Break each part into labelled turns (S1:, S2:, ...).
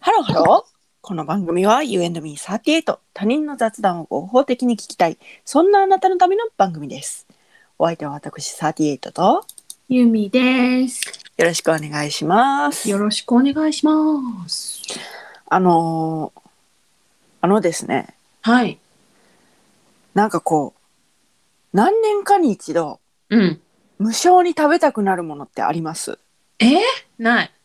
S1: ハローハロー。この番組は You and me38 他人の雑談を合法的に聞きたいそんなあなたのための番組です。お相手は私38と
S2: ゆみです。
S1: よろしくお願いします。
S2: よろしくお願いします。
S1: あのーあのですね
S2: はい。
S1: なんかこう何年かに一度
S2: うん。
S1: 無償に食べたくなるものってありますな
S2: ない。
S1: い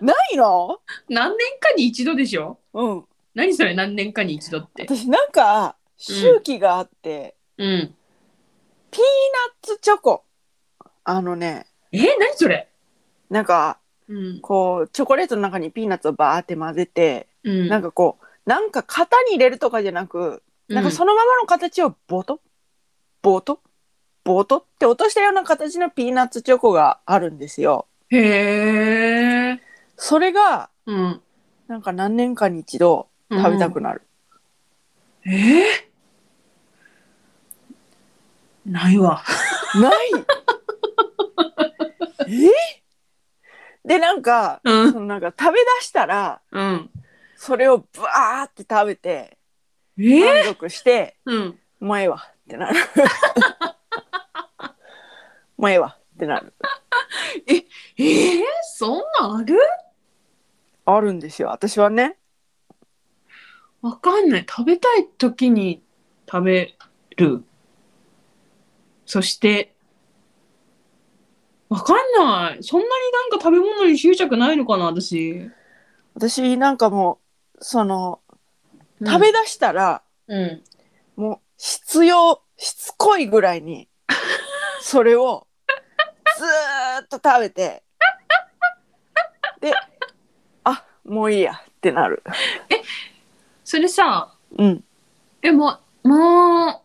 S1: ないの
S2: 何年かに一度でしょ
S1: うん
S2: 何それ何年かに一度って。
S1: 私なんか周期があって、
S2: うん。
S1: ピーナッツチョコあのね
S2: え何それ
S1: なんか
S2: うん。
S1: こうチョコレートの中にピーナッツをバーって混ぜて、
S2: うん。
S1: なんかこうなんか型に入れるとかじゃなく、なんかそのままの形をボトボトボトって落としたような形のピーナッツチョコがあるんですよ。
S2: うんへえ。
S1: それが
S2: うん。
S1: なんか何年かに一度食べたくなる。
S2: うん。えーないわ。
S1: ないえでなんか
S2: う
S1: そ
S2: ん。
S1: のなんか食べ出したら
S2: うん。
S1: それをバーって食べて
S2: えー
S1: 満足して。
S2: うん。
S1: もうええわってなる。もうええわってなる。
S2: えーそんなんある
S1: あるんですよ。私はね。
S2: わかんない。食べたい時に食べる。そして、わかんない。そんなになんか食べ物に執着ないのかな、私。
S1: 私なんかもう、その、食べ出したら、
S2: うん。
S1: もう必要、しつこいぐらいに、それをずーっと食べて、で、あ、もういいやってなる。
S2: それさ、
S1: うん。
S2: え、もう、もう、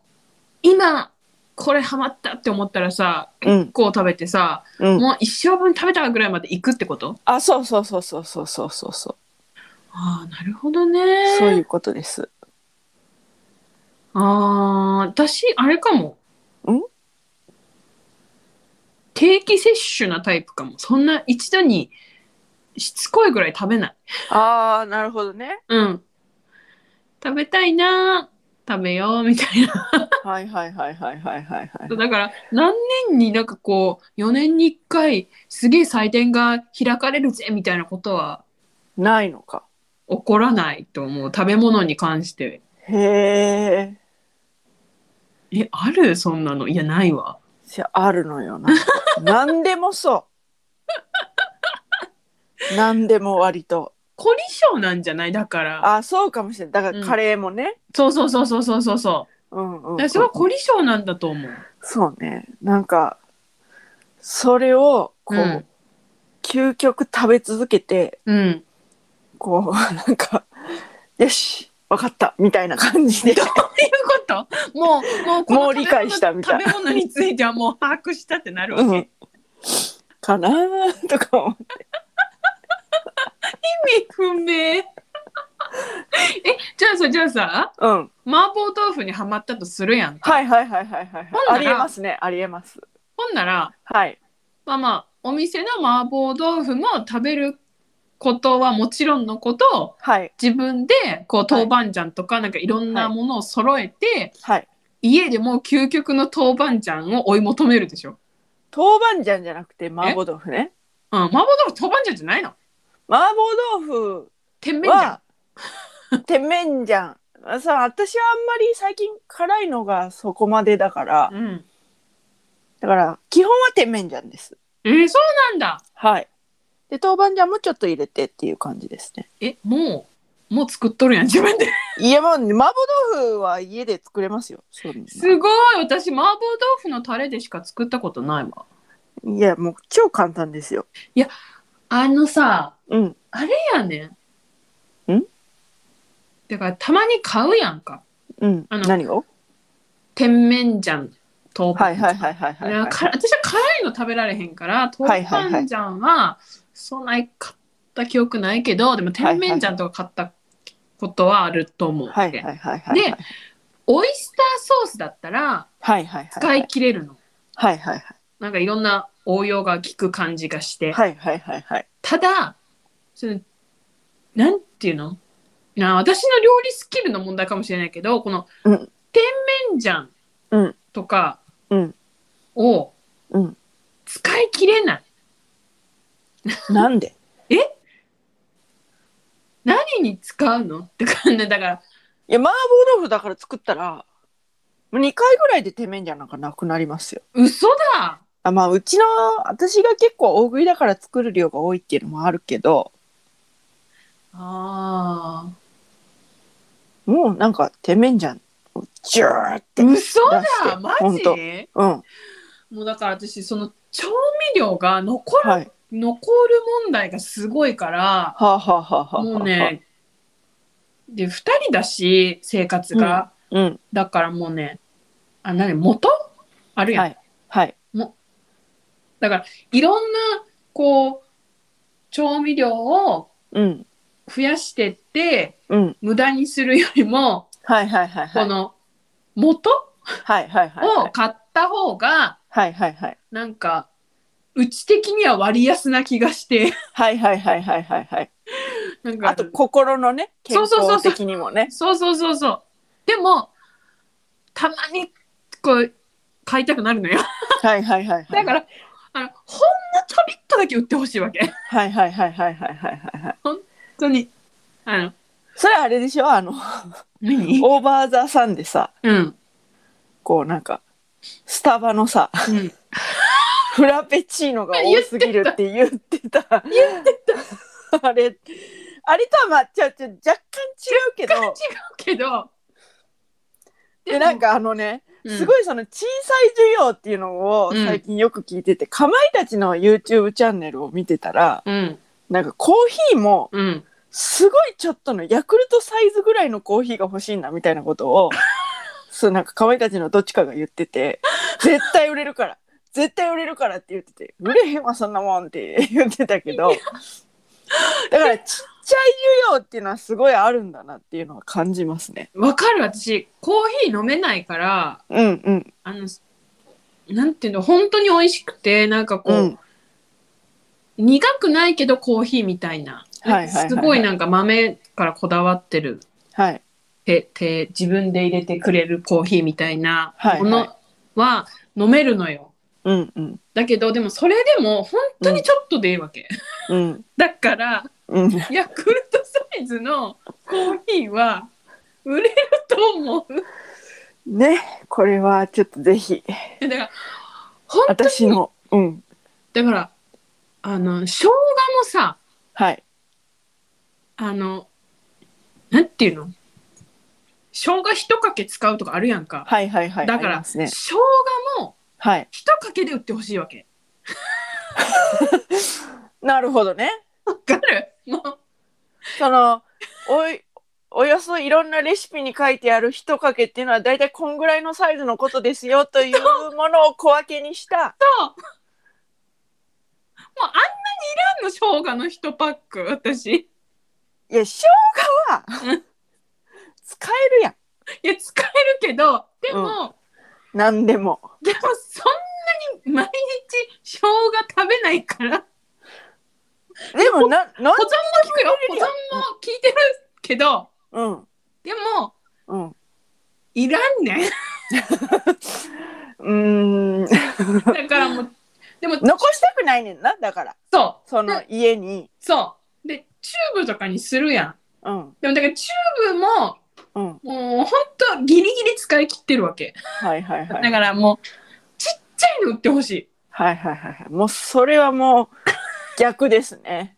S2: 今、これハマったって思ったらさ、
S1: うん
S2: 結構食べてさ、
S1: うん。
S2: もう一生分食べたぐらいまで行くってこと
S1: あ、そうそうそうそうそうそうそうそう。
S2: ああ、なるほどね。
S1: そういうことです。
S2: ああ、私、あれかも。
S1: ん
S2: 定期摂取なタイプかも。そんな一度にしつこいぐらい食べない。
S1: あー、なるほどね。
S2: うん。食べたいなー食べようみたいな。
S1: はいはいはいはいはいはいはい。
S2: だから、何年になんかこう、4年に1回、すげえ祭典が開かれるぜみたいなことは
S1: ないのか。
S2: 起こらないと思う。食べ物に関して。
S1: へえ。
S2: え、あるそんなの。いや、ないわ。
S1: じゃあるのよ な。なんでもそう。なんでも割と。
S2: 凝り性なんじゃないだから。
S1: あ、そうかもしれない。だからカレーもね。
S2: そうそうそうそうそうそうそう。
S1: うん、うん、うん
S2: だからそれは凝り性なんだと思う。
S1: そうね。なんか。それをこう、
S2: うん
S1: 究極食べ続けて、
S2: うん。
S1: こう、 なんか。よし、わかったみたいな感じで。
S2: っていうこともう、もうこの
S1: もう理解したみたい
S2: 食べ物についてはもう把握したってなるわけ。
S1: う
S2: 意
S1: ん。かなーとか思う。
S2: 味不明。 え、じゃあさ、じゃあさ、
S1: うん。
S2: 麻婆豆腐にはまったとするやんか。
S1: はいはいはいはいはい、はい。
S2: ほ
S1: あ
S2: ん
S1: り
S2: な
S1: え
S2: ら
S1: ますね。ありえます。
S2: ほんなら、
S1: はい。
S2: まあまあ、お店の麻婆豆腐も食べることはもちろんのこと、
S1: はい。
S2: 自分でこう豆板醤とかなんかいろんなものを揃えて、
S1: はい。
S2: 家でもう究極の豆板醤を追い求めるでしょ。
S1: 豆板醤じゃなくて麻婆豆腐ね
S2: うん、麻婆豆腐豆板醤じゃないの。
S1: 麻婆豆
S2: 甜
S1: 腐
S2: 麺醤。
S1: は甜麺醤さあ私はあんまり最近辛いのがそこまでだから
S2: うん。
S1: だから基本は甜麺醤です
S2: えー、そうなんだ。
S1: はいで豆板醤もちょっと入れてっていう感じですね
S2: え、もう、もう作っとるやん、自 分で。
S1: いやもう麻婆豆腐は家で作れますよそんな
S2: すごい、私、麻婆豆腐のタレでしか作ったことないわ。
S1: いやもう超簡単ですよ
S2: あのさ、
S1: うん
S2: いやねん。
S1: ん
S2: だから、たまに買うやんか。
S1: うん
S2: あの
S1: 何を
S2: 甜麺醤、豆
S1: はい
S2: 板
S1: はい
S2: 醤。
S1: はいはいはい
S2: だ
S1: はい
S2: から私は辛いの食べられへんから、豆板醤は、そんなに買った記憶ないけど、でも、甜麺醤とか買ったことはあると思う。
S1: はいはいはいはいはい
S2: でオイスターソースだったら、
S1: はいはい
S2: 使
S1: はい
S2: い切れるの。
S1: はいはいはい
S2: なんかいろんな応用が効く感じがして、
S1: はいはいはいはい
S2: 食ただそのなんていうのな私の料理スキルの問題かもしれないけどこの
S1: うん
S2: 麺じゃん
S1: うん
S2: とか
S1: うん
S2: を
S1: うん
S2: 使い切れない
S1: なんで
S2: 何に使うのって感じだから
S1: いや麻婆豆腐だから作ったらもう2回ぐらいでてめんじゃなんかなくなりますよ
S2: 嘘だ
S1: あまあうちの私が結構大食いだから作る量が多いっていうのもあるけど
S2: あ
S1: もうなんかてめんじゃんをジューって
S2: ー嘘
S1: 出して
S2: だマ
S1: ほん
S2: ジ
S1: とうん
S2: もうだから私その調味料が残る、
S1: はいは
S2: 残る問題がすごいから
S1: あ、はあはあはあはあ
S2: もうねで2人だし生活が、
S1: うん
S2: だからもうねあ何元あるやん、
S1: はいはい
S2: だからいろんなこう調味料を
S1: うん
S2: 増やしてって
S1: うん
S2: 無駄にするよりも、
S1: はいはいはいはい
S2: この元
S1: はいはいはいは
S2: を
S1: い
S2: 買った方が
S1: はいはいはい
S2: なんかうち的には割安な気がして
S1: はいはいはいはいはいはい
S2: なんか
S1: あと心のね健
S2: そうそうそう
S1: 康
S2: そう
S1: 的にもね
S2: そうそうそうそうでもたまにこう買いたくなるのよ
S1: はいはいはいは
S2: だ
S1: い
S2: からあのほんのちょびっとだけ売ってほしいわけ本
S1: はいはいはいはいはいはいはい
S2: 当にあの
S1: それあれでしょあの
S2: 何
S1: オーバーザさんでさ
S2: うん
S1: こうなんかスタバのさ
S2: うん
S1: フラペチーノが多すぎるって言ってた言ってた あれあれとはまあちょちょ若干違うけど
S2: 違うけど
S1: でなん、かあのね、
S2: うん
S1: すごいその小さい需要っていうのを
S2: うん
S1: 最近よく聞いてて、かまいたちの YouTube チャンネルを見てたら
S2: うん
S1: なんかコーヒーも
S2: うん
S1: すごいちょっとのヤクルトサイズぐらいのコーヒーが欲しいなみたいなこと をそうなんかかまいたちのどっちかが言ってて絶対売れるから絶対売れるからって言ってて売れへんわそんなもんって言ってたけどだからちっちゃい需要っていうのはすごいあるんだなっていうのは感じますね。
S2: わかる私コーヒー飲めないから
S1: うんうん
S2: あのなんていうの本当に美味しくてなんかこ
S1: う
S2: う、
S1: ん
S2: 苦くないけどコーヒーみたいな、
S1: はいはいはいはい
S2: すごいなんか豆からこだわってる
S1: はい
S2: てて自分で入れてくれるコーヒーみたいな
S1: はいはい
S2: ものは飲めるのよ、
S1: うんうん
S2: だけどでもそれでも本当にちょっとでいいわけ、
S1: うん
S2: だから
S1: うん
S2: ヤクルトサイズのコーヒーは売れると思う
S1: ねこれはちょっとぜひ
S2: だから本当
S1: 私のうん
S2: だからあの生姜もさ
S1: はい
S2: あのなんていうの生姜一かけ使うとかあるやんか、
S1: はいはいはい
S2: だか
S1: あり
S2: ら
S1: ますね
S2: 生姜も
S1: はい
S2: 一かけで売ってほしいわけ
S1: なるほどね
S2: わかるもう
S1: そのおいおよそいろんなレシピに書いてある一かけっていうのはだいたいこんぐらいのサイズのことですよというものを小分けにした
S2: もうあんなにいらんの生姜の一パック私
S1: いや生姜は使えるやん
S2: いや使えるけどでも、
S1: 何でも
S2: でもそんなに毎日生姜食べないから
S1: でもななん
S2: 保存も効くよ保存も効いてるけど
S1: うん
S2: でも
S1: うんう
S2: いらんね
S1: ーん
S2: んだからもうでも
S1: 残したくないねんなだから
S2: そう
S1: その家に
S2: そうでチューブとかにするやん
S1: うん
S2: でもだからチューブも
S1: うん
S2: もうほんとギリギリ使い切ってるわけ
S1: はいはいはい
S2: だからもうちっちゃいの売ってほしい
S1: はいはいはいはい。もうそれはもう逆です ね。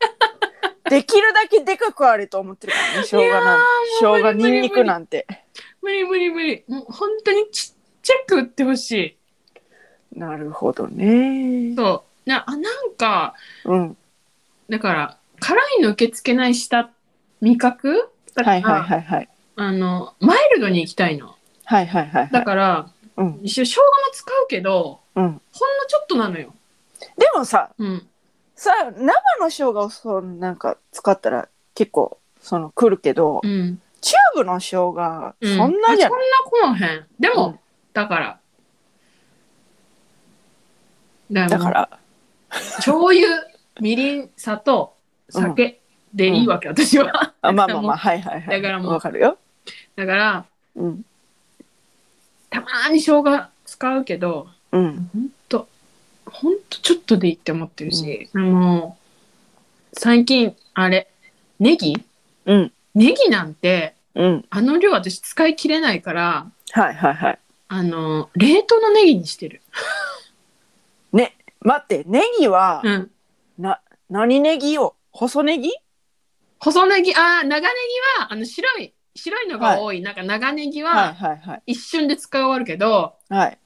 S1: できるだけでかくあれと思ってるからね、生姜なんて。
S2: いやーも
S1: 生
S2: う
S1: 姜、
S2: 無理無理無理
S1: ニンニクなんて。
S2: 無理無理無理もう本当にちっちゃく売ってほしい
S1: なるほどね。
S2: そうなあなんか
S1: うん。
S2: だから辛いの受け付けないした味覚だか
S1: はい
S2: ら、
S1: はいはいはい。
S2: あのマイルドに行きたいの
S1: はいはいはいは
S2: だ
S1: い。
S2: から、
S1: うん
S2: 一応生姜も使うけど
S1: うん。
S2: ほんのちょっとなのよ
S1: でもさ、
S2: うん
S1: さ、生の生姜をそうなんか使ったら結構、その来るけど、
S2: うん、
S1: チューブの生姜、
S2: うん、
S1: そんなじゃ
S2: そ
S1: ない。
S2: んな来まへんでも、
S1: うん
S2: だからだ
S1: だから、
S2: 醤油みりん砂糖酒でいいわけ、私は。
S1: あまあまあまあはいはいはい
S2: だからもう
S1: わかるよ
S2: だから、
S1: うん
S2: たまーに生姜使うけど、
S1: うん
S2: ほんと、ほんとちょっとでいいって思ってるし、もう、最近、あれ、ネギ
S1: うん
S2: ネギなんて、
S1: うん
S2: あの量私使い切れないから、
S1: はいはいはい
S2: あの、冷凍のネギにしてる。
S1: ね待ってネギは
S2: うん。
S1: 何ネギを細ネギ
S2: 細ネギ、あー長ネギは、あの、白い、白いのが多い、なんか長ネギ
S1: はい
S2: は、
S1: はいはい
S2: 一瞬で使い終わるけど、
S1: はい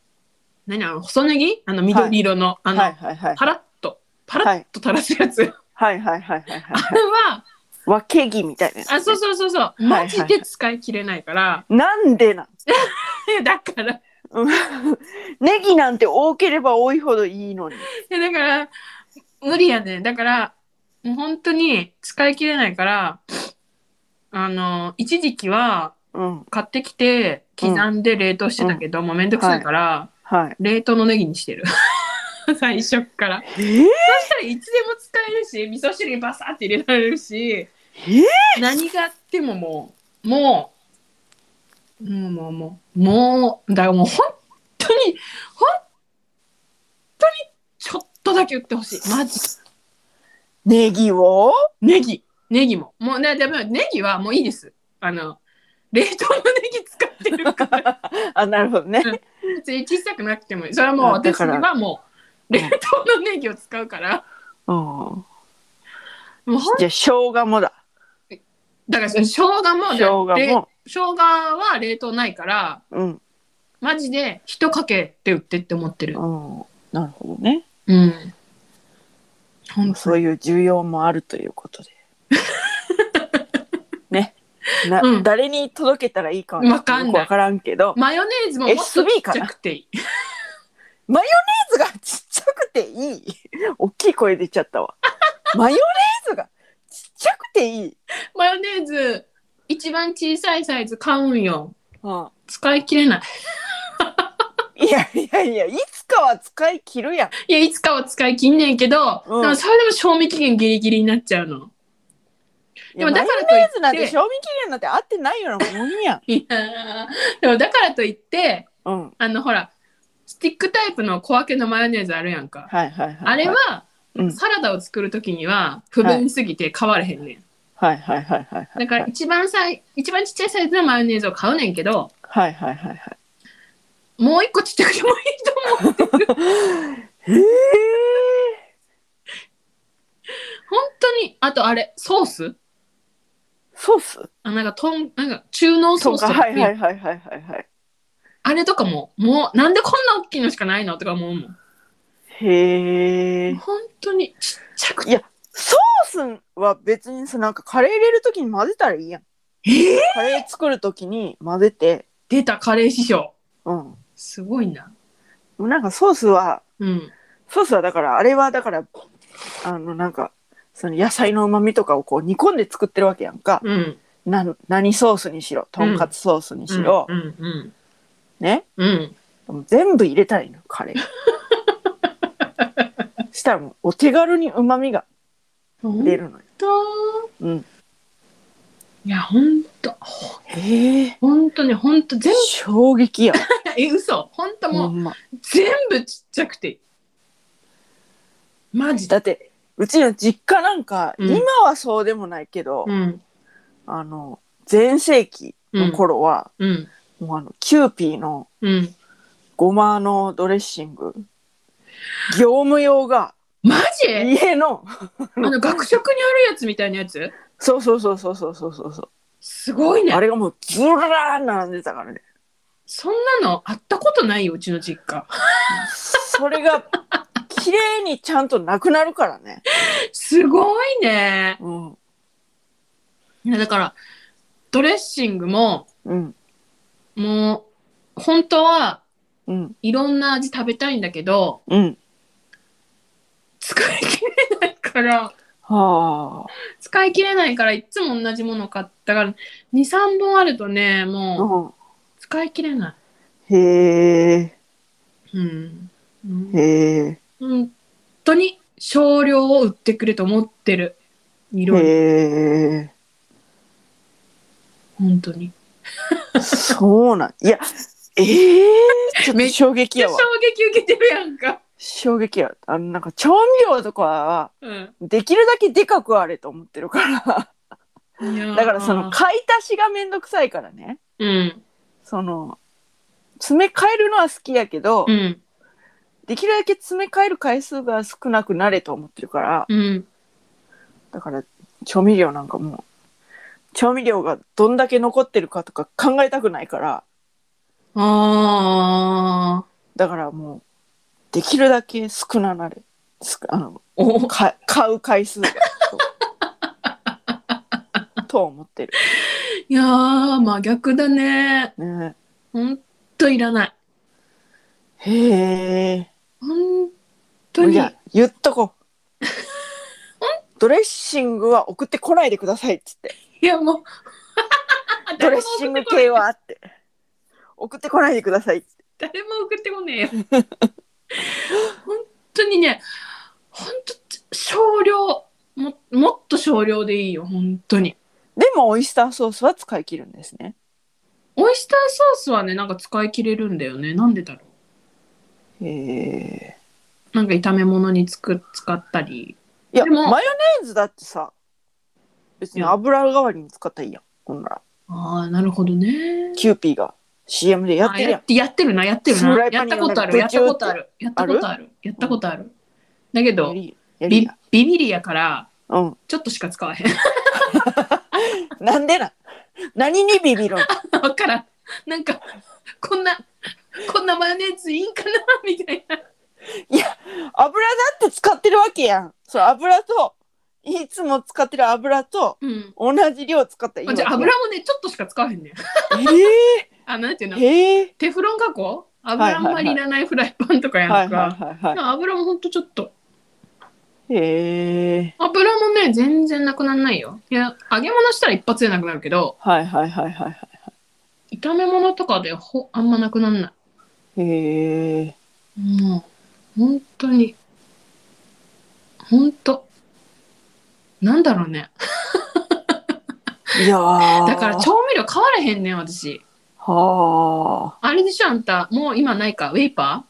S2: 何あの、細ネギあの、緑色の、あの、
S1: はいはいはい
S2: パラッと、パラ
S1: は
S2: ッ
S1: い
S2: と垂らすやつ。
S1: はいはいはいはいはい
S2: あれは、
S1: 分け木みたいなやつ
S2: あ、そうそうそうそう、
S1: いはいはい
S2: マジで使い切れないから、
S1: なんでなん
S2: いやだから、い
S1: ネギなんて多ければ多いほどいいのに
S2: やだから、無理やね。だから、もう本当に使い切れないから、あの、一時期は
S1: うん
S2: 買ってきて、刻んで冷凍してたけど、もうめんどくさいから、
S1: はい
S2: 冷凍のネギにしてる。 最初から。
S1: えー、
S2: そしたらいつでも使えるし、味噌汁にバサって入れられるし、
S1: え
S2: 何があってももう、もう、もうもうもう、もう、だからもう本当に、本当にちょっとだけ売ってほしい。マジ。
S1: ネギを
S2: ネギ。ネギも。もうね、でもネギはもういいです。あの、冷凍のネギ使ってるから、
S1: あなるほどね
S2: 別に小さくなくてもいい。それはもう
S1: あだ
S2: 私
S1: から
S2: はもう、冷凍のネギを使うから、
S1: うん
S2: もうほん
S1: じゃあ生姜もだ
S2: だから生姜も、
S1: 生姜
S2: れ
S1: も
S2: 生姜は冷凍ないから、
S1: うん
S2: マジで一かけって売ってって思ってる。
S1: うんなるほどね
S2: うん。本当
S1: そういう需要もあるということ でねな、
S2: うん
S1: 誰に届けたらいいかは
S2: わかんない
S1: よくわからんけど
S2: マヨネーズももっとち
S1: SB
S2: っ
S1: か
S2: ち
S1: な
S2: ゃくていい。
S1: マヨネーズがちっちゃくていい大きい声出ちゃ ったわマヨネーズがちっちゃくていい、
S2: マヨネーズ、一番小さいサイズ買うんよ。
S1: うん、
S2: 使い切れない。
S1: いやいやいやいつかは使い切るやん
S2: いや、いつかは使い切んねんけど、
S1: うん
S2: でもそれでも賞味期限ギリギリになっちゃうの。
S1: いや
S2: でもだからといっ
S1: マ
S2: て
S1: ヨネーズなんて賞味期限なんて合ってないようなもんやん
S2: いやーでもだからといって、
S1: うん
S2: あの、ほら、スティックタイプの小分けのマヨネーズあるやんか。
S1: はいはいはい、
S2: あれは、
S1: うん
S2: サラダを作るときには不便すぎて買われへんねん。
S1: はいはいはいはいはい
S2: だから一番さい一番ちっちゃいサイズのマヨネーズを買うねんけど、
S1: はいはいはいはい
S2: もう一個ちっちゃくてもいいと思う。
S1: へえ
S2: 本当に、あとあれ、ソース
S1: ソース
S2: あ、なんか、とん、なんか、中濃ソ
S1: そ
S2: ー
S1: うか
S2: スとか、
S1: はいはいはいはいはいはい
S2: あれとかも、もう、なんでこんな大きいのしかないのとか思うもん。
S1: へえソ
S2: 本当に、ちっちゃく
S1: い
S2: て。
S1: やースは別にさなんかカレー入れるときに混ぜたらいいやん
S2: えー
S1: カレー作るときに混ぜて
S2: 出たカレー師匠。
S1: うん
S2: すごいな。
S1: なんかソースは
S2: うん。
S1: ソースはだからあれはだからあのなんかその野菜のうまみとかをこう煮込んで作ってるわけやんか、
S2: うん。
S1: な何ソースにしろとんかつソースにしろ、
S2: うん。うん。
S1: ね
S2: うん。
S1: もう全部入れたいのカレ ーしたらもうお手軽にうまみが
S2: うん、
S1: 出
S2: 本
S1: るのよ、
S2: 当
S1: うん、
S2: いや、本当
S1: へえ
S2: 本当に、本当全部、
S1: 衝撃や
S2: え、嘘。本当
S1: ほ
S2: もう、
S1: んま
S2: 全部ちっちゃくていい。マジで。
S1: だってうちの実家なんか、
S2: うん
S1: 今はそうでもないけど、
S2: うん。
S1: あの全盛期の頃は、
S2: うん。
S1: もうあのキューピーの
S2: うん。
S1: ごまのドレッシング業務用が
S2: マジ
S1: 家の
S2: あの学食にあるやつみたいなやつ
S1: そうそうそうそうそうそうそうそ
S2: すごいうね
S1: あれがもうずらー並んでたからね
S2: そんなのあったことないようちの実家
S1: それが綺麗にちゃんとなくなるからね。
S2: すごいね
S1: うん。
S2: いやだからドレッシングも
S1: うん。
S2: もう本当は
S1: うん。
S2: いろんな味食べたいんだけど
S1: うん。
S2: 使い切れないから
S1: は
S2: 使い切れないからいっつも同じものを買ったから23本あるとね
S1: あ。
S2: もう
S1: う。
S2: 使い切れなん
S1: へえ。
S2: いうん、うん
S1: へえ。
S2: 本当に少量を売ってくれと思ってるいろいろ
S1: へ
S2: 本当に
S1: え。そうなん。いや、ええちょっ
S2: め
S1: と
S2: っちゃ
S1: 衝撃
S2: 衝
S1: やわ。
S2: 撃受けてるやんか、
S1: 衝撃やわ。あの、なんか調味料とかは、
S2: うん、
S1: できるだけでかくあれと思ってるから。だ
S2: だ
S1: からその、買い足しがめんどくさいからね。
S2: うん
S1: その、詰め替えるのは好きやけど、
S2: うん
S1: できるだけ詰め替える回数が少なくなれと思ってるから、
S2: うん
S1: だから調味料なんかもう調味料がどんだけ残ってるかとか考えたくないから
S2: ああ
S1: だからもうできるだけ少ななれすあの
S2: お
S1: か買う回 数がとと思ってる
S2: いやー真逆だね
S1: ね
S2: ほんといらない
S1: へえ
S2: ほんとに
S1: じゃ言っとこうドレッシングは送ってこないでくださいっつって
S2: いやもう
S1: ドレッシング系はって送ってこないでくださいっつって
S2: 誰も送ってこねえよ本当にね本当少量ももっと少量でいいよ本当に
S1: でもオイスターソースは使い切るんですね
S2: オイスターソースはねなんか使い切れるんだよねなんでだろ
S1: へえ
S2: うなんか炒め物につく使ったり
S1: いや
S2: でも
S1: マヨネーズだってさ別に油代わりに使ったらいいやんほんなら
S2: ああなるほどね
S1: キューピーが CM でやってるや
S2: あやってやってるなやってる
S1: フ
S2: な
S1: ライパ
S2: やっ
S1: ンに
S2: たことある
S1: ぶ
S2: やっ
S1: ちゅ
S2: た
S1: ーって
S2: ことあるやったことあるやったことあるだけ
S1: んや
S2: ど
S1: りやり
S2: ビ
S1: や
S2: ビビリやから
S1: うん
S2: ちょっとしか使わへん
S1: なんでなん何にビビるん
S2: わからん。なんか、こんな、こんなマヨネーズいいんかな みたいな。
S1: 油だって使ってるわけやんそう油といつも使ってる油と
S2: うん。
S1: 同じ量使ったらいいわ
S2: じ
S1: け
S2: ゃあ
S1: やん
S2: 油もね、ちょっとしか使わへんねん。あ、なんていう
S1: え
S2: の
S1: ー、えー
S2: テフロン加工
S1: はい
S2: 油あんまりいらないフライパンとかやんか。
S1: はいはいはいは
S2: 油もほんとちょっと。
S1: いへえ
S2: 油もね、全然なくならないよ。いや、揚げ物したら一発でなくなるけど、
S1: はいはいはいはいは
S2: 炒め物とかでほあんまなくならない
S1: へえ
S2: い。もう、ほんとに。ほんと。なんだろうね。
S1: いやー
S2: だから調味料変わらへんねん、私。
S1: は
S2: あれでしょあんたもう今ないかウェイパ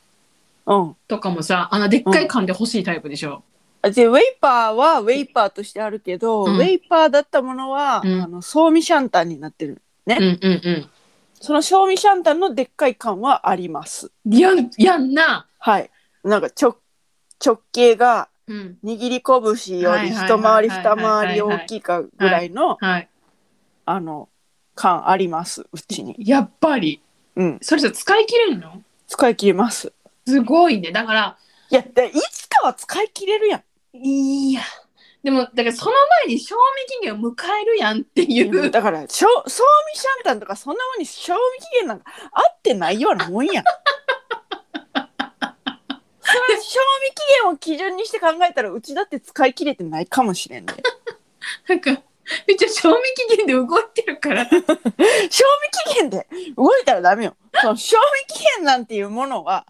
S1: あうん
S2: ーとかもさあのでっかい缶で欲しいタイプでしょ、
S1: でウェイパーはウェイパーとしてあるけど、
S2: うん
S1: ウェイパーだったものは、
S2: うん
S1: あの賞味シャンタンになってる
S2: うん、うんうん
S1: その賞味シャンタンのでっかい缶はあります
S2: やんやんな、
S1: はいなんか直直径が
S2: うん、
S1: 握り拳より
S2: はいはいはいはい
S1: 一回り二回り大きいかぐらいの、
S2: はい
S1: あの缶ありますうちに
S2: やっぱり
S1: うん
S2: それさ使い切れんの
S1: 使い切れます
S2: すごいねだから
S1: いやでいつかは使い切れるやん
S2: いやでもだからその前に賞味期限を迎えるやんっていう、
S1: だから賞賞味シャンタンとかそんなもんに賞味期限なんか合ってないようなもんやん。それは賞味期限を基準にして考えたらうちだって使い切れてないかもしれんね。
S2: なんかめっちゃ賞味期限で動いてるから
S1: 賞味期限で動いたらダメよ。その賞味期限なんていうものは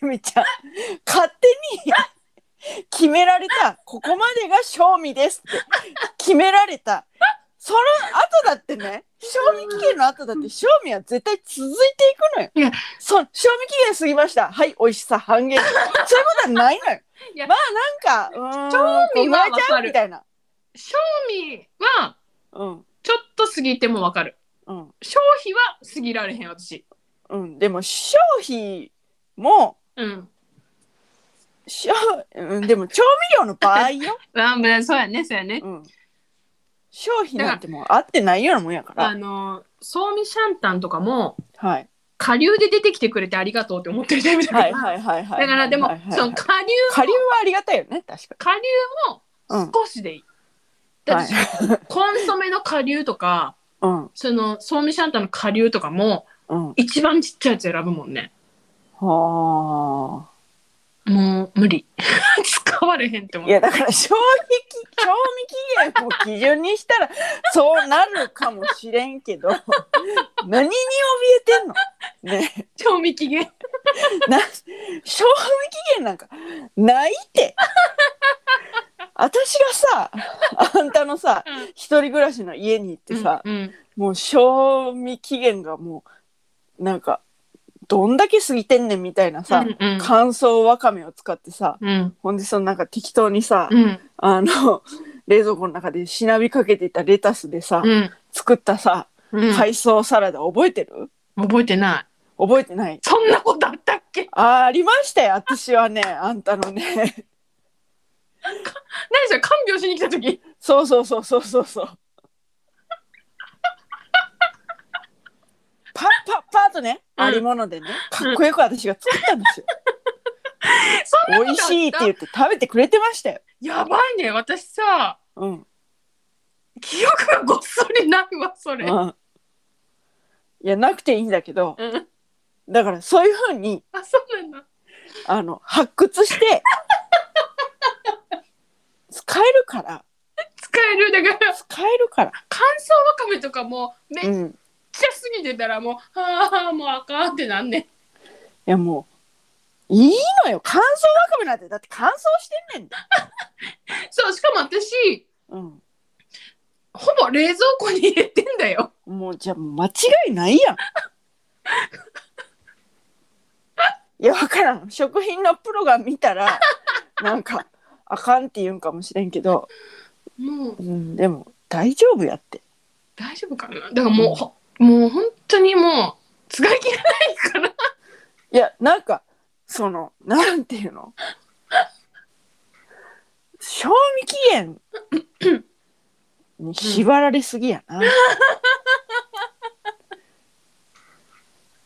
S1: ゆみちゃん勝手に決められたここまでが賞味ですって決められたその後だってね賞味期限の後だって賞味は絶対続いていくのよ
S2: いや。
S1: その賞味期限過ぎましたはい美味しさ半減そういうことはないのよ
S2: いや。
S1: まあなんか
S2: 賞味は
S1: わ
S2: わかる
S1: みたいな。
S2: 賞味は
S1: うん
S2: ちょっと過ぎてもわかる
S1: うん
S2: 消費は過ぎられへん私
S1: うんでも消費も
S2: うん
S1: しょ、うん、でも調味料の場合 よ、
S2: あまあそうやねそうやね
S1: うん、商品なんてもう合ってないようなもんやか
S2: あ
S1: ら
S2: のソーミシャンタンとかも
S1: はい
S2: 下流で出てきてくれてありがとうって思ってるタイプだから、
S1: はいはいはいはい
S2: だからでも、
S1: はいはいはい
S2: その下流
S1: 下流はありがたいよね確か
S2: 下流
S1: に
S2: も少しでいい、
S1: うん
S2: だ
S1: は
S2: って、
S1: い
S2: コンソメの下流とか
S1: うん
S2: そのソーミシャンタンの下流とかも
S1: うん
S2: 一番ちっちゃいやつ選ぶもんね
S1: は
S2: もう無理 使われへんって
S1: あ
S2: 思
S1: いうやだから 消費期賞味期限を基準にしたらそうなるかもしれんけど何に怯えてんのね
S2: 賞味期限
S1: な賞味期限なんかないって私がさあんたのさ
S2: うん
S1: 一人暮らしの家に行ってさ、
S2: うん
S1: もう賞味期限がもうなんかどんだけ過ぎてんねんみたいなさ、
S2: うんうん
S1: 乾燥わかめを使ってさ
S2: うん
S1: ほんでそのなんか適当にさ、
S2: うん
S1: あの冷蔵庫の中でしなびかけていたレタスでさ、
S2: うん
S1: 作ったさ
S2: うん
S1: 海藻サラダ覚えてる
S2: 覚えてない
S1: 覚えてない
S2: そんなことあったっけ
S1: あーありましたよ私はねあんたのね
S2: 何それ看病しに来た時
S1: そうそうそうそうそうそうパッパッパーとね
S2: うん
S1: ありものでねかっこよく私が作ったん ですよ
S2: そんなこと
S1: 美味
S2: あ
S1: しいって言
S2: っ
S1: って食べてくれてましたよ。
S2: たやばいね私さ
S1: うん。
S2: 記憶がごっそりないわそれうん
S1: うんいやなくていいんだけど、だからそういうふうに
S2: あそうなんだ
S1: あの発掘して使えるから
S2: 使えるだから
S1: 使えるから。
S2: 乾燥わかめとかもうめっち
S1: う
S2: ゃ
S1: ん。い
S2: 過ぎてたらもう、ああもうあかんってなんねん
S1: やもういいのよ乾燥わかめなんてだって乾燥してんねんだ。
S2: そうしかも私
S1: うん。
S2: ほぼ冷蔵庫に入れてんだよ
S1: もうじゃあもう間違いないやん。 いやわからん食品のプロが見たらなんかあかんって言うんかもしれんけど。
S2: もう
S1: うん、でも大丈夫やって
S2: 大丈夫かなだからもう、ほもう本当にもう使い切れないから
S1: いやなんかそのなんていうの賞味期限に縛られすぎやな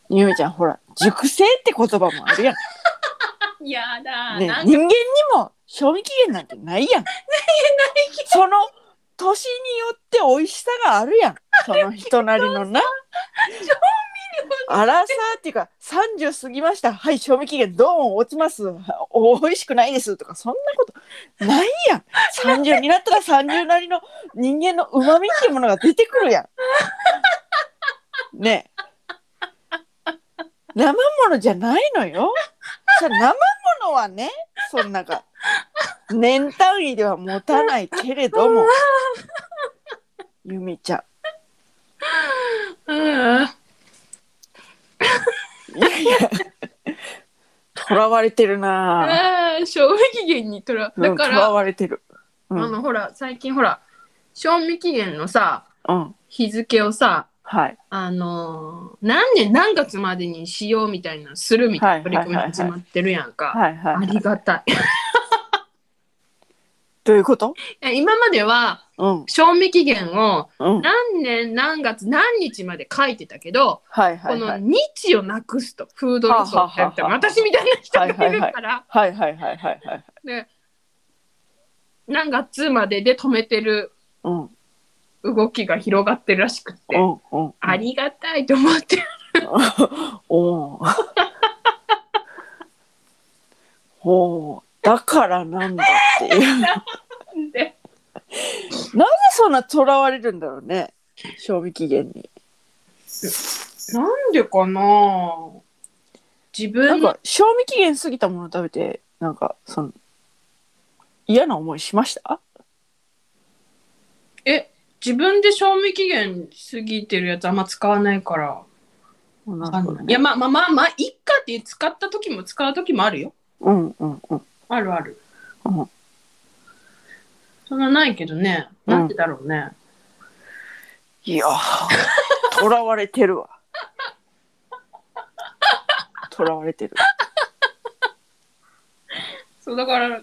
S1: ゆみちゃんほら熟成って言葉もあるやん、
S2: やだ
S1: ね
S2: な、ん
S1: 人間にも賞味期限なんてないやんその年によって美味しさがあるやんその人なりのなアラサーっていうか30過ぎましたはい賞味期限ドーン落ちますお美味しくないですとかそんなことないやん30になったら30なりの人間のうまみっていうものが出てくるやんねえ生ものじゃないのよそれ生ものはねそんなんか年単位では持たないけれどもゆみちゃん
S2: うん
S1: いやいや、とらわれてるなぁ。
S2: あー賞味期限にとら
S1: う
S2: だ
S1: んと
S2: からら、
S1: われてる。う
S2: あ
S1: ん、
S2: のほら最近ほら賞味期限のさ
S1: うん、
S2: 日付をさ
S1: はい、
S2: あのー何年何月までにしようみたいなするみたいな取り組み
S1: はいはいはい
S2: 始
S1: はい
S2: まってるやんか、
S1: はい、は
S2: あ
S1: い。
S2: りがたい
S1: どういうこと。
S2: え今までは
S1: うん、
S2: 賞味期限を
S1: うん、
S2: 何年何月何日まで書いてたけど、
S1: はい、はい、は
S2: この
S1: い。
S2: 日をなくすとフードロスを
S1: は
S2: やった
S1: あはあはあはあ
S2: 私みたいな人がいるから、
S1: はい、はい、はい、はい、はい。
S2: で何月までで止めてる
S1: うん、うん、
S2: 動きが広がってるらしくって、
S1: うん。
S2: ありがたいと思ってる
S1: おお。 ほう、だからなんだっていう。なんで
S2: んで
S1: そんなとらわれるんだろうね。賞味期限に。
S2: なんでかな自
S1: な
S2: 分
S1: ん
S2: の
S1: か賞味期限過ぎたもの食べてなんかその嫌な思いしました
S2: え自分で賞味期限過ぎてるやつあんま使わないから、
S1: なるほどね
S2: いやまあまあまあまあいっかって使った時も使う時もあるよ
S1: うんうんうん
S2: あるある、
S1: うん
S2: そんなないけどね
S1: うん
S2: なんでだろうね、
S1: いやとらわれてるわとらわれてる
S2: そうだから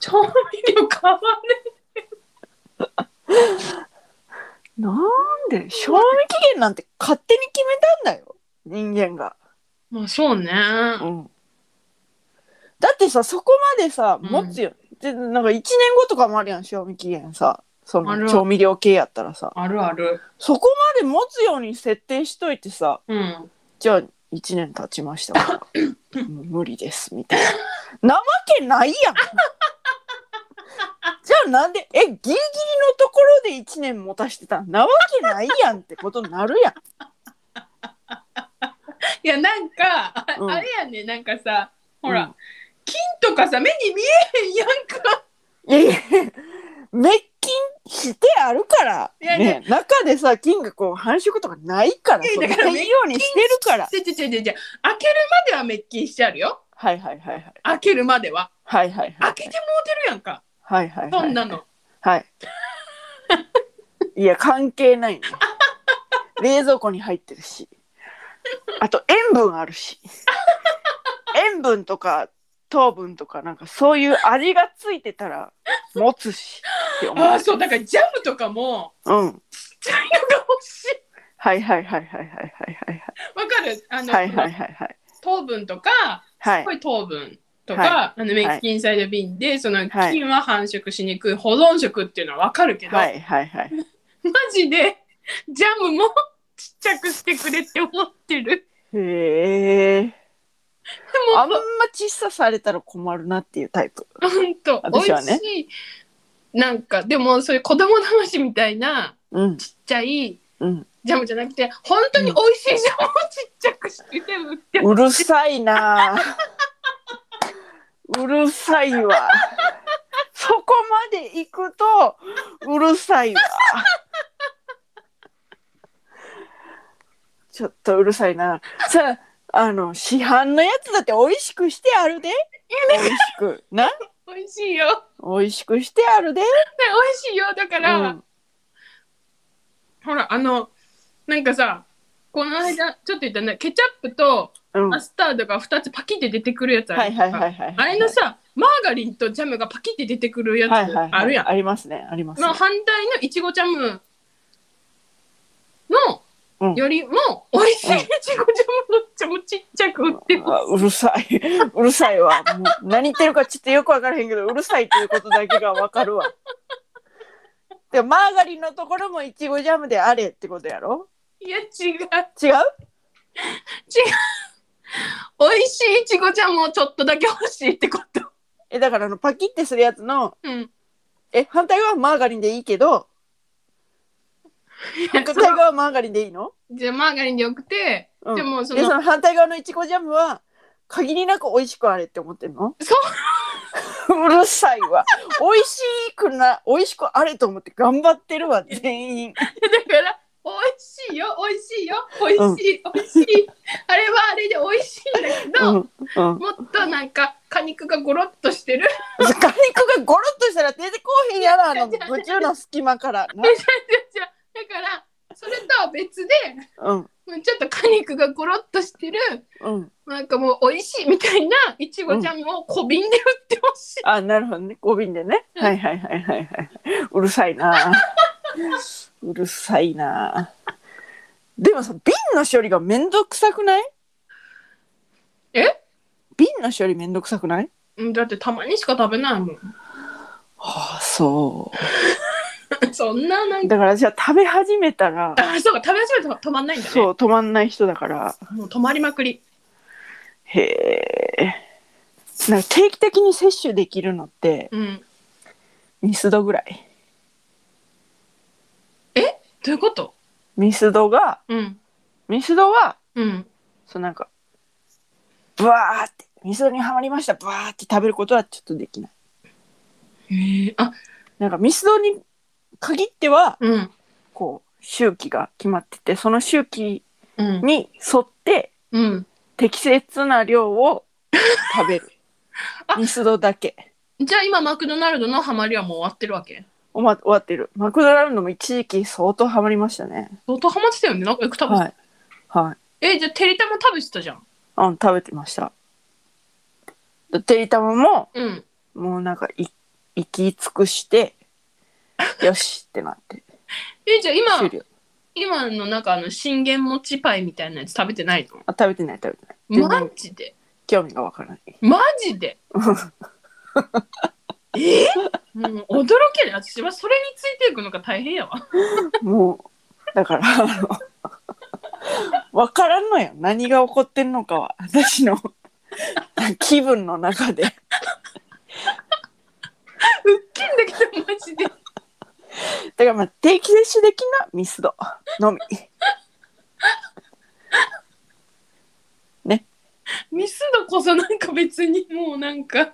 S2: 調味料変わんない
S1: なん で賞味期限なんて勝手に決めたんだよ人間が、
S2: まあそうね
S1: うん、だってさそこまでさ
S2: うん
S1: 持つよ、でなんか1年後とかもあるやん賞味期限さそ
S2: ある
S1: の調味料系やったらさ
S2: あるある
S1: そこまで持つように設定しといてさ
S2: うん
S1: じゃあ1年経ちました からもう無理ですみたいな。なわけない やんじゃあなんでえギリギリのところで1年持たしてたんなわけないやんってことになるやん。
S2: いやなんかあ,、
S1: うん
S2: あれやねなんかさほら、
S1: うん
S2: 金とかさ目に見えへんやんか
S1: いやいや、滅菌してあるから。
S2: いやいや
S1: ね、中でさ、菌がこう繁殖とかないから、
S2: いやい
S1: そ
S2: や
S1: の
S2: だから
S1: 専用にしてるから。
S2: ちょちょちょちょちょ開けるまでは滅菌してあるよ
S1: はいはいはいはい。
S2: 開けるまでは
S1: はいはいはい。
S2: 開けてもうてるやんか
S1: はいはいはい。
S2: そんなの
S1: はい。いや、関係ないね。 冷蔵庫に入ってるし。あと、塩分あるし。塩分とか糖分とか、なんかそういう味がついてたら、持つしって思
S2: ああそうだからジャムとかも
S1: う。うん。
S2: ちっちゃいのが欲しい
S1: はいはいはいはいはいはいはい。
S2: わかるあの、
S1: はいはいはいはい。
S2: 糖分とか
S1: は
S2: す
S1: い
S2: ご。い糖分とか、
S1: は
S2: あの滅菌サイド瓶で、その
S1: はい
S2: 菌は繁殖しにくい保存食っていうのはわかるけど、
S1: はいはいはい。
S2: マジでジャムもちっちゃくしてくれって思ってる。
S1: へえ。
S2: で
S1: あんま
S2: も
S1: 小さされたら困るなっていうタイプ。
S2: 本当
S1: 私
S2: 美
S1: は
S2: 味
S1: ね
S2: しい、なんかでもそういう子供騙しみたいな
S1: うん
S2: ちっちゃい
S1: うん。
S2: ジャムじゃなくて本当に美味しいジャムをちっちゃくして売ってる
S1: うるさいなあ。うるさいわ。そこまで行くとうるさいわ。ちょっとうるさいな。さあ、あの市販のやつだって美味しくしてあるで。美味しくな。
S2: 美味しいよ
S1: 美味しくしてあるで。
S2: ね美味しいよだから、ほらあのなんかさこの間ちょっと言ったねケチャップと
S1: うん。うん。
S2: マスタードが2つパキって出てくるやつあ
S1: はい
S2: る
S1: は
S2: や
S1: い
S2: んか
S1: はいはい。
S2: あれのさマーガリンとジャムがパキって出てくるやつ
S1: はいはいはい、
S2: あるやん、
S1: ありますね。ありますね
S2: の。反対のいちごジャム
S1: う
S2: の
S1: ん
S2: よりも美味しいいちごジャムのちょちっちゃく売ってる
S1: あうるさい。 うるさいわ。もう何言ってるかちょっとよくわからへんけど、うるさいということだけがわかるわ。でもマーガリンのところもいちごジャムであれってことやろ
S2: いや違う美
S1: 違う
S2: 味しいいちごジャムをちょっとだけ欲しいってこと
S1: え、だからあのパキってするやつの、
S2: うん
S1: え、反対側はマーガリンでいいけど、反対側はマーガリンでいいの
S2: じゃあマーガリンでよくて、
S1: うん
S2: でもそ
S1: で、
S2: の
S1: その反対側のいちごジャムは、限りなく美味しくあれって思ってんの
S2: そう
S1: うるさいわ。美味しくな、美味しくあれと思って頑張ってるわ、全員。
S2: だから美味しいよ美味しいよ美味しい、美味しいあれはあれで美味しいんだけ
S1: う
S2: ど、
S1: ん。うん
S2: もっとなんか果肉がゴロッとしてる
S1: 果肉がゴロッとしたら出てこうへんやろあの宇宙の隙間からな
S2: じゃあだからそれとは別で
S1: うん
S2: もうちょっと果肉がゴロッとしてる
S1: うん
S2: なんかもう美味しいみたいないちごジャムを小瓶で売ってほしい、
S1: あなるほどね5瓶でねはいはいはいはいはいうるさい なうるさいなでもさ瓶の処理がめんどくさくない
S2: え
S1: 瓶の処理めんどくさくない
S2: うん、だってたまにしか食べないもん
S1: はあそ
S2: そんななん
S1: う
S2: か
S1: だからじゃあ食べ始めたら
S2: あそうか食べ始めたら止まんないんだね
S1: そう止まんない人だから
S2: もう止まりまくり
S1: へえなんか定期的に摂取できるのって
S2: うん
S1: ミスドぐらい
S2: どういうこと
S1: ミスドが
S2: うん
S1: ミスドは
S2: うん
S1: そのなんかブワーってミスドにはまりましたブワーって食べることはちょっとできない
S2: へえあ
S1: なんかミスドに限っては
S2: うん
S1: こう周期が決まっててその周期
S2: うん
S1: に沿って
S2: うん
S1: 適切な量を食べるミスドだけ
S2: じゃあ今マクドナルドのハマりはもう終わってるわけ
S1: おま終わってるマクドナルドも一時期相当ハマりましたね
S2: 相当ハマってたよねなんかよく食べてた、
S1: はいはい
S2: えじゃあてりたま食べてたじゃん
S1: うん食べてましたてりたまも
S2: うん
S1: もうなんかい行き尽くしてよしってなって
S2: えじゃあ
S1: 終
S2: 今
S1: 了
S2: 今のなんかあの信玄餅パイみたいなやつ食べてない
S1: あ食べてない食べてない
S2: の
S1: 全然
S2: マジで
S1: 興味がわからない
S2: マ ジでえもう驚けない私はそれについていくのが大変やわ
S1: もうだからあのわからんのよ何が起こってんのかは私の気分の中で
S2: うっきんだけどマジで
S1: だからまあ定期接種的なミスドのみ
S2: ミスドこそなんか別にもうなんか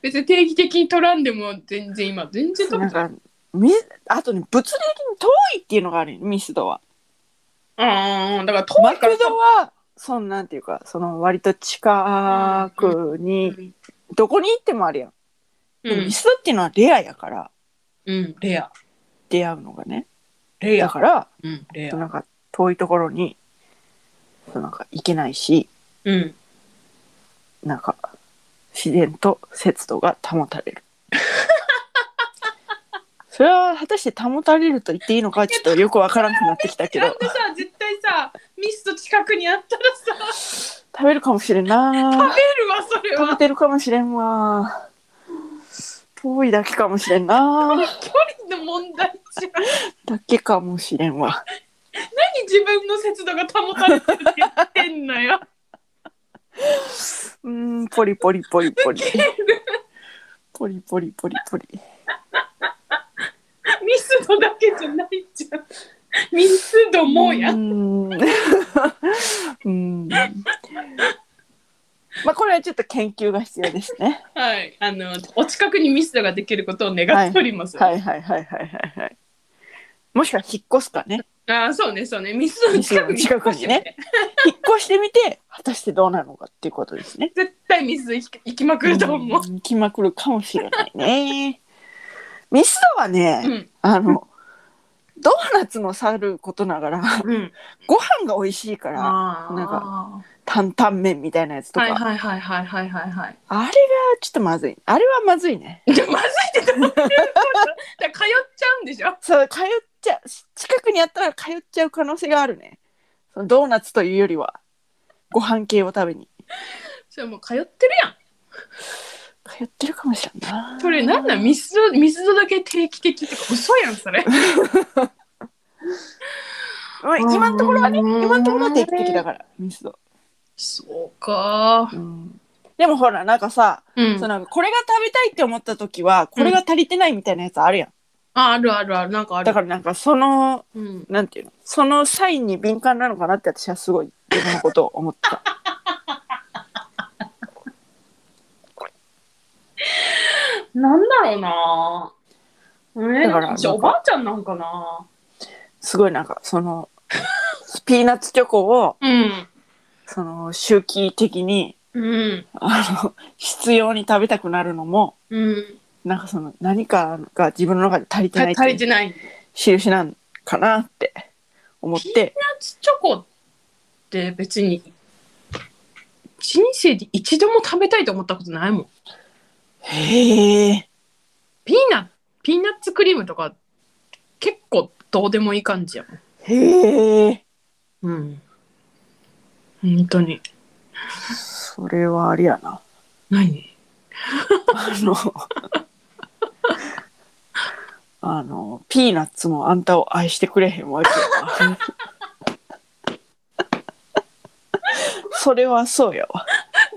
S2: 別に定期的に取らんでも全然今全然取
S1: な
S2: れ
S1: ん
S2: てない
S1: かみあとね物理的に遠いっていうのがあるよミスドは
S2: ああだから遠
S1: マ
S2: いか
S1: ク
S2: ら
S1: ドはそんなんていうかその割と近くに
S2: うん
S1: どこに行ってもあるやん、
S2: う
S1: でも
S2: ん
S1: ミ、スドっていうのはレアやから
S2: うん、レア
S1: 出会うのがね
S2: レ
S1: だ
S2: ア
S1: から
S2: うんレア
S1: なんか遠いところになんか行けないし
S2: うん
S1: なんか自然と節度が保たれるそれは果たして保たれると言っていいのかちょっとよくわからんくなってきたけ
S2: ちゃん
S1: ど
S2: とさ絶対さミスト近くにあったらさ
S1: 食べるかもしれんな
S2: 食べるわそれ
S1: 食べ
S2: は
S1: てるかもしれんわ遠いだけかもしれんな
S2: 距離の問題じゃん
S1: だけかもしれんわ
S2: 何自分の節度が保たれてるって言ってんの よ
S1: うーんポリポリポリポリポリポリポリポリ
S2: ミスドだけじゃないじゃんミスドもや
S1: うーん うーんまあこれはちょっと研究が必要ですね
S2: はいあのお近くにミスドができることを願っております、
S1: はいはいはいはいはいはいもしくは引っ越すかね
S2: ああそうねそうねミスドの近くに
S1: ミスドの近くにね引っ越してみて果たしてどうなのかっていうことですね
S2: 絶対ミスド行き行きまくると思う、
S1: うん来まくるかもしれないね。ミスドはね、
S2: うん
S1: あのドーナツもさることながら
S2: うん、
S1: ご飯が美味しいから
S2: あー
S1: なんか担々麺みたいなやつとか、
S2: はいはいはいはいはいはいはい
S1: あれがちょっとまずいあれはまずいね
S2: でまずいってどういうこと だから通っちゃうんでしょ
S1: そう通っちゃ近くにあったら通っちゃう可能性があるねそのドーナツというよりはご飯系を食べに
S2: それもう通ってるやん
S1: 通ってるかもしれんな
S2: それなんなんミスドミスドだけ定期的とか嘘やんそ れ
S1: まあ今のところはね
S2: うーん
S1: 今のところは定期的だからミスド、
S2: そうか
S1: でもほらなんかさ
S2: うん
S1: そうなんかこれが食べたいって思った時はこれが足りてないみたいなやつあるやん、
S2: ああるあるあるなんかある
S1: だからなんかその
S2: うん、
S1: なんていうのそのサインに敏感なのかなって私はすごい自分のことを思った
S2: なんだろうな
S1: だ
S2: えだ
S1: か
S2: かららおばあちゃんなんかな
S1: すごいなんかそのピーナッツチョコを
S2: うん
S1: その周期的に
S2: うん
S1: あの必要に食べたくなるのも
S2: うん
S1: なんかその何かが自分の中で足りて
S2: た
S1: ないって
S2: 足
S1: い
S2: り
S1: う
S2: てない
S1: 印なんかなって思って
S2: ピーナッツチョコって別に人生で一度も食べたいと思ったことないもん
S1: へえ
S2: ピーナピーナッツクリームとか結構どうでもいい感じやもん
S1: へえ
S2: うん本当に
S1: それはあれやな
S2: 何
S1: あ の、あの、ピーナッツもあんたを愛してくれへんわけやわ。それはそうやわ。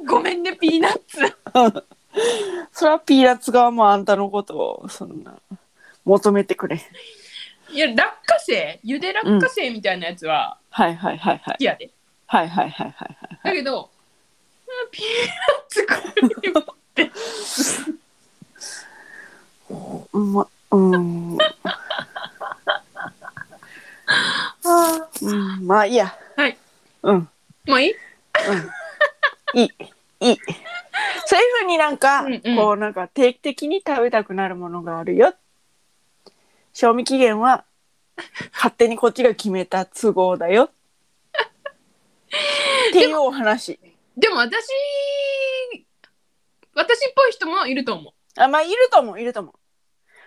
S2: ごめんねピーナッツ
S1: それはピーナッツ側もあんたのことを、そんな、求めてくれへん。
S2: いや落花生ゆで落花生みたいなやつは
S1: はいはいはいはい
S2: 好。きやで、
S1: はいはいはいはいはい。
S2: だけどあピーナッツクリーム
S1: うま、 うん、
S2: は
S1: うん、まあいいや。
S2: はい
S1: うん、
S2: もういい
S1: いい。いい。そういうふうになんか、
S2: うんうん
S1: こうなんか定期的に食べたくなるものがあるよ。賞味期限は勝手にこっちが決めた都合だよ。っていうお話。
S2: でも私私っぽい人もいると思う
S1: あ、まあいると思う、いると思う。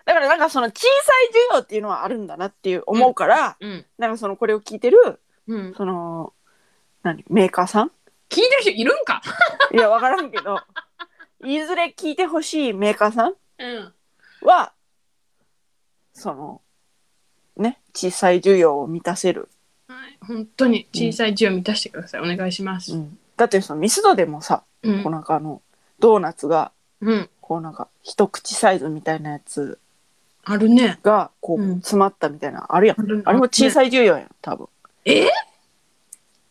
S1: だからなんかその小さい需要っていうのはあるんだなっていう思うから、
S2: うん
S1: なんかそのこれを聞いてる、
S2: うん、
S1: その、何、メーカーさん
S2: 聞いてる人いるんか、
S1: いや、わからんけど、いずれ聞いてほしいメーカーさん
S2: うん、
S1: はそのね小さい需要を満たせる、
S2: はい本当に小さい字を満たしてくださいお願いします、
S1: だってそのミスドでもさ、
S2: うん
S1: こうなんかあのドーナツが
S2: うん、
S1: こうなんか一口サイズみたいなやつ
S2: あるね
S1: がこう
S2: うん
S1: 詰まったみたいな、あるやん
S2: ある
S1: あれも小
S2: い、
S1: さい需要やん多分
S2: え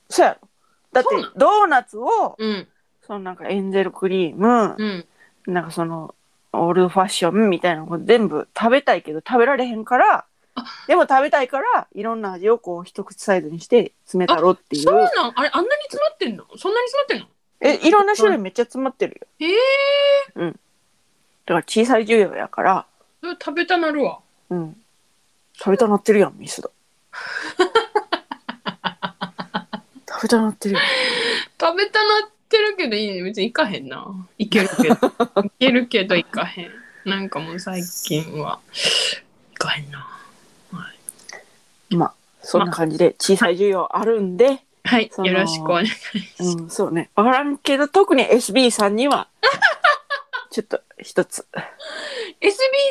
S1: そうやろだって
S2: そうなの
S1: ドーナツを
S2: うん
S1: そのなんかエンゼルクリーム
S2: うん
S1: なんかそのオールドファッションみたいなのを全部食べたいけど食べられへんから
S2: あ
S1: でも食べたいからいろんな味をこう一口サイズにして詰めたろってい
S2: そう
S1: う
S2: なんあれあんなに詰まってんのそんなに詰まってんの
S1: えいろんな種類めっちゃ詰まってるよ
S2: ええ
S1: だから小さい需要やから、
S2: それ食べたなるわ
S1: うん、食べたなってるやんミ スだ食べたなってるよ
S2: 食べたなってるけどいいね別に行かへんないける けどいけるけど行かへんなんかもう最近は行かへんな
S1: まあそんな感じで小さい需要あるんで、
S2: はい
S1: そ
S2: よ
S1: の
S2: ろしくお願い
S1: うん、そうねわからんけど特に SB さんに はちょっと一つ
S2: SB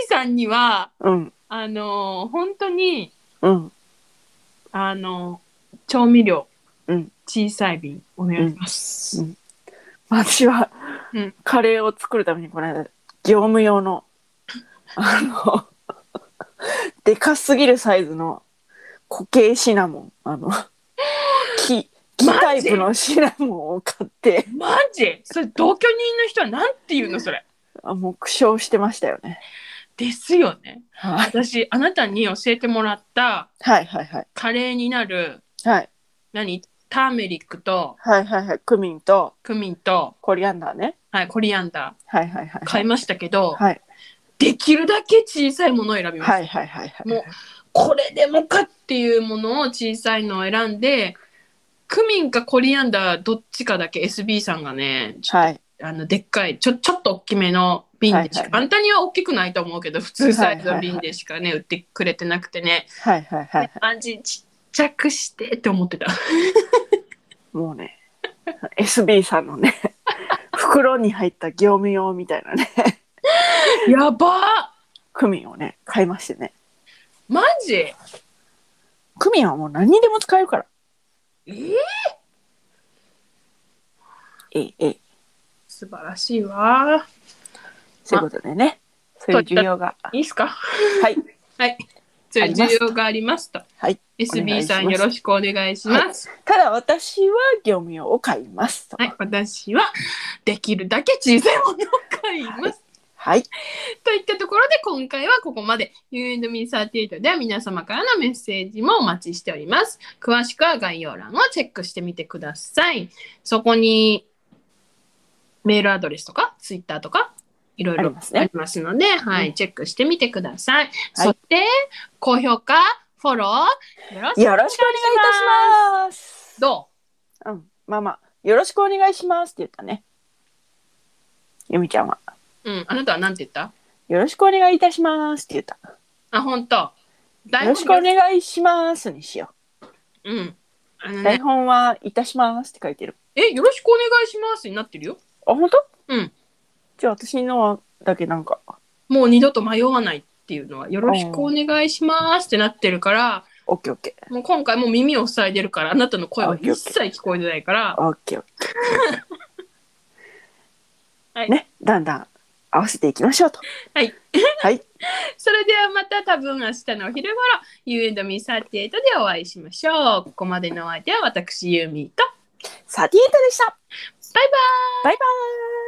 S2: さんには
S1: うん
S2: あのー本当に
S1: うん
S2: あのー調味料、
S1: うん
S2: 小さい瓶お願いします、
S1: うん私は、
S2: うん
S1: カレーを作るためにこの間業務用 のあのでかすぎるサイズの固形シナモンあ の木木タイプのシナモンを買って
S2: マジそれ同居人の人はなんて言うのそれ
S1: あもう苦笑してましたよね
S2: ですよね
S1: はい
S2: 私あなたに教えてもらった
S1: はいはいはい
S2: カレーになる
S1: はい
S2: 何ターメリックと
S1: はいはいはいクミンと
S2: クミンと、
S1: コリアンダーね
S2: はい、コリアンダ
S1: はいはいはいは
S2: ー買い
S1: い
S2: ましたけど、
S1: はい
S2: できるだけ小さいものを選びました、
S1: はいはいはいはい
S2: もうこれでもかっていうものを小さいのを選んでクミンかコリアンダーどっちかだけ SB さんがねちょ
S1: はい
S2: あのでっかいちょちょっと大きめの瓶でしか、
S1: はいはいはい
S2: 簡単には大きくないと思うけど普通サイズの瓶でしかね、売ってくれてなくてね、
S1: はいはいはいはい
S2: 味ちっちゃくしてって 思ってた
S1: もうね SB さんの ね袋に入った業務用みたいなね
S2: やばー
S1: クミンをね買いましてね
S2: マジ
S1: クミンはもう何にでも使えるから
S2: え
S1: えいえい
S2: 素晴らしいわ
S1: そういうことでねそういう需要が
S2: いいっすか
S1: はい
S2: じゃあ
S1: あります
S2: 需要がありますと
S1: はい
S2: SB さん
S1: お願いします
S2: よろしくお願いします
S1: ただ私は業務用を買いますと
S2: はい、私はできるだけ小さいものを買います、
S1: はい
S2: といったところで今回はここまで U&Me38 では皆様からのメッセージもお待ちしております詳しくは概要欄をチェックしてみてくださいそこにメールアドレスとかツイッターとかいろい
S1: あり
S2: ろ
S1: ますね
S2: ありますので、はい、
S1: う
S2: チェックしてみてください。そして、高評価、フォロー、よろしくお願いし
S1: よろしくお願いいたします
S2: ます。ど
S1: うんまあまあよろしくお願いしますって言ったねゆみちゃんは
S2: ううん、あなたは何て言った
S1: よろしくお願いいたしますって言った
S2: あ、本当。
S1: よろしくお願いしますにしよ
S2: うん。あの
S1: う台
S2: ね、
S1: 本はいたしますって書いてる
S2: え、よろしくお願いしますになってるよ。
S1: あ、本当？
S2: うん。
S1: じゃあ私のだけなんか。
S2: もう二度と迷わないっていうのは、よろしくお願いしますってなってるから、
S1: オッケーオッケー。
S2: もう今回もう耳を塞いでるから、あなたの声は一切聞こえてないから、
S1: オッケーオッケー。
S2: はい
S1: ね、だんだん合わせていきましょうと。
S2: はい。
S1: はい。
S2: それではまた多分明日のお昼頃、You and me38 でお会いしましょう。ここまでのお相手は私、ユーミーと、
S1: サティエタでした。
S2: バイバイ
S1: バイバーイ。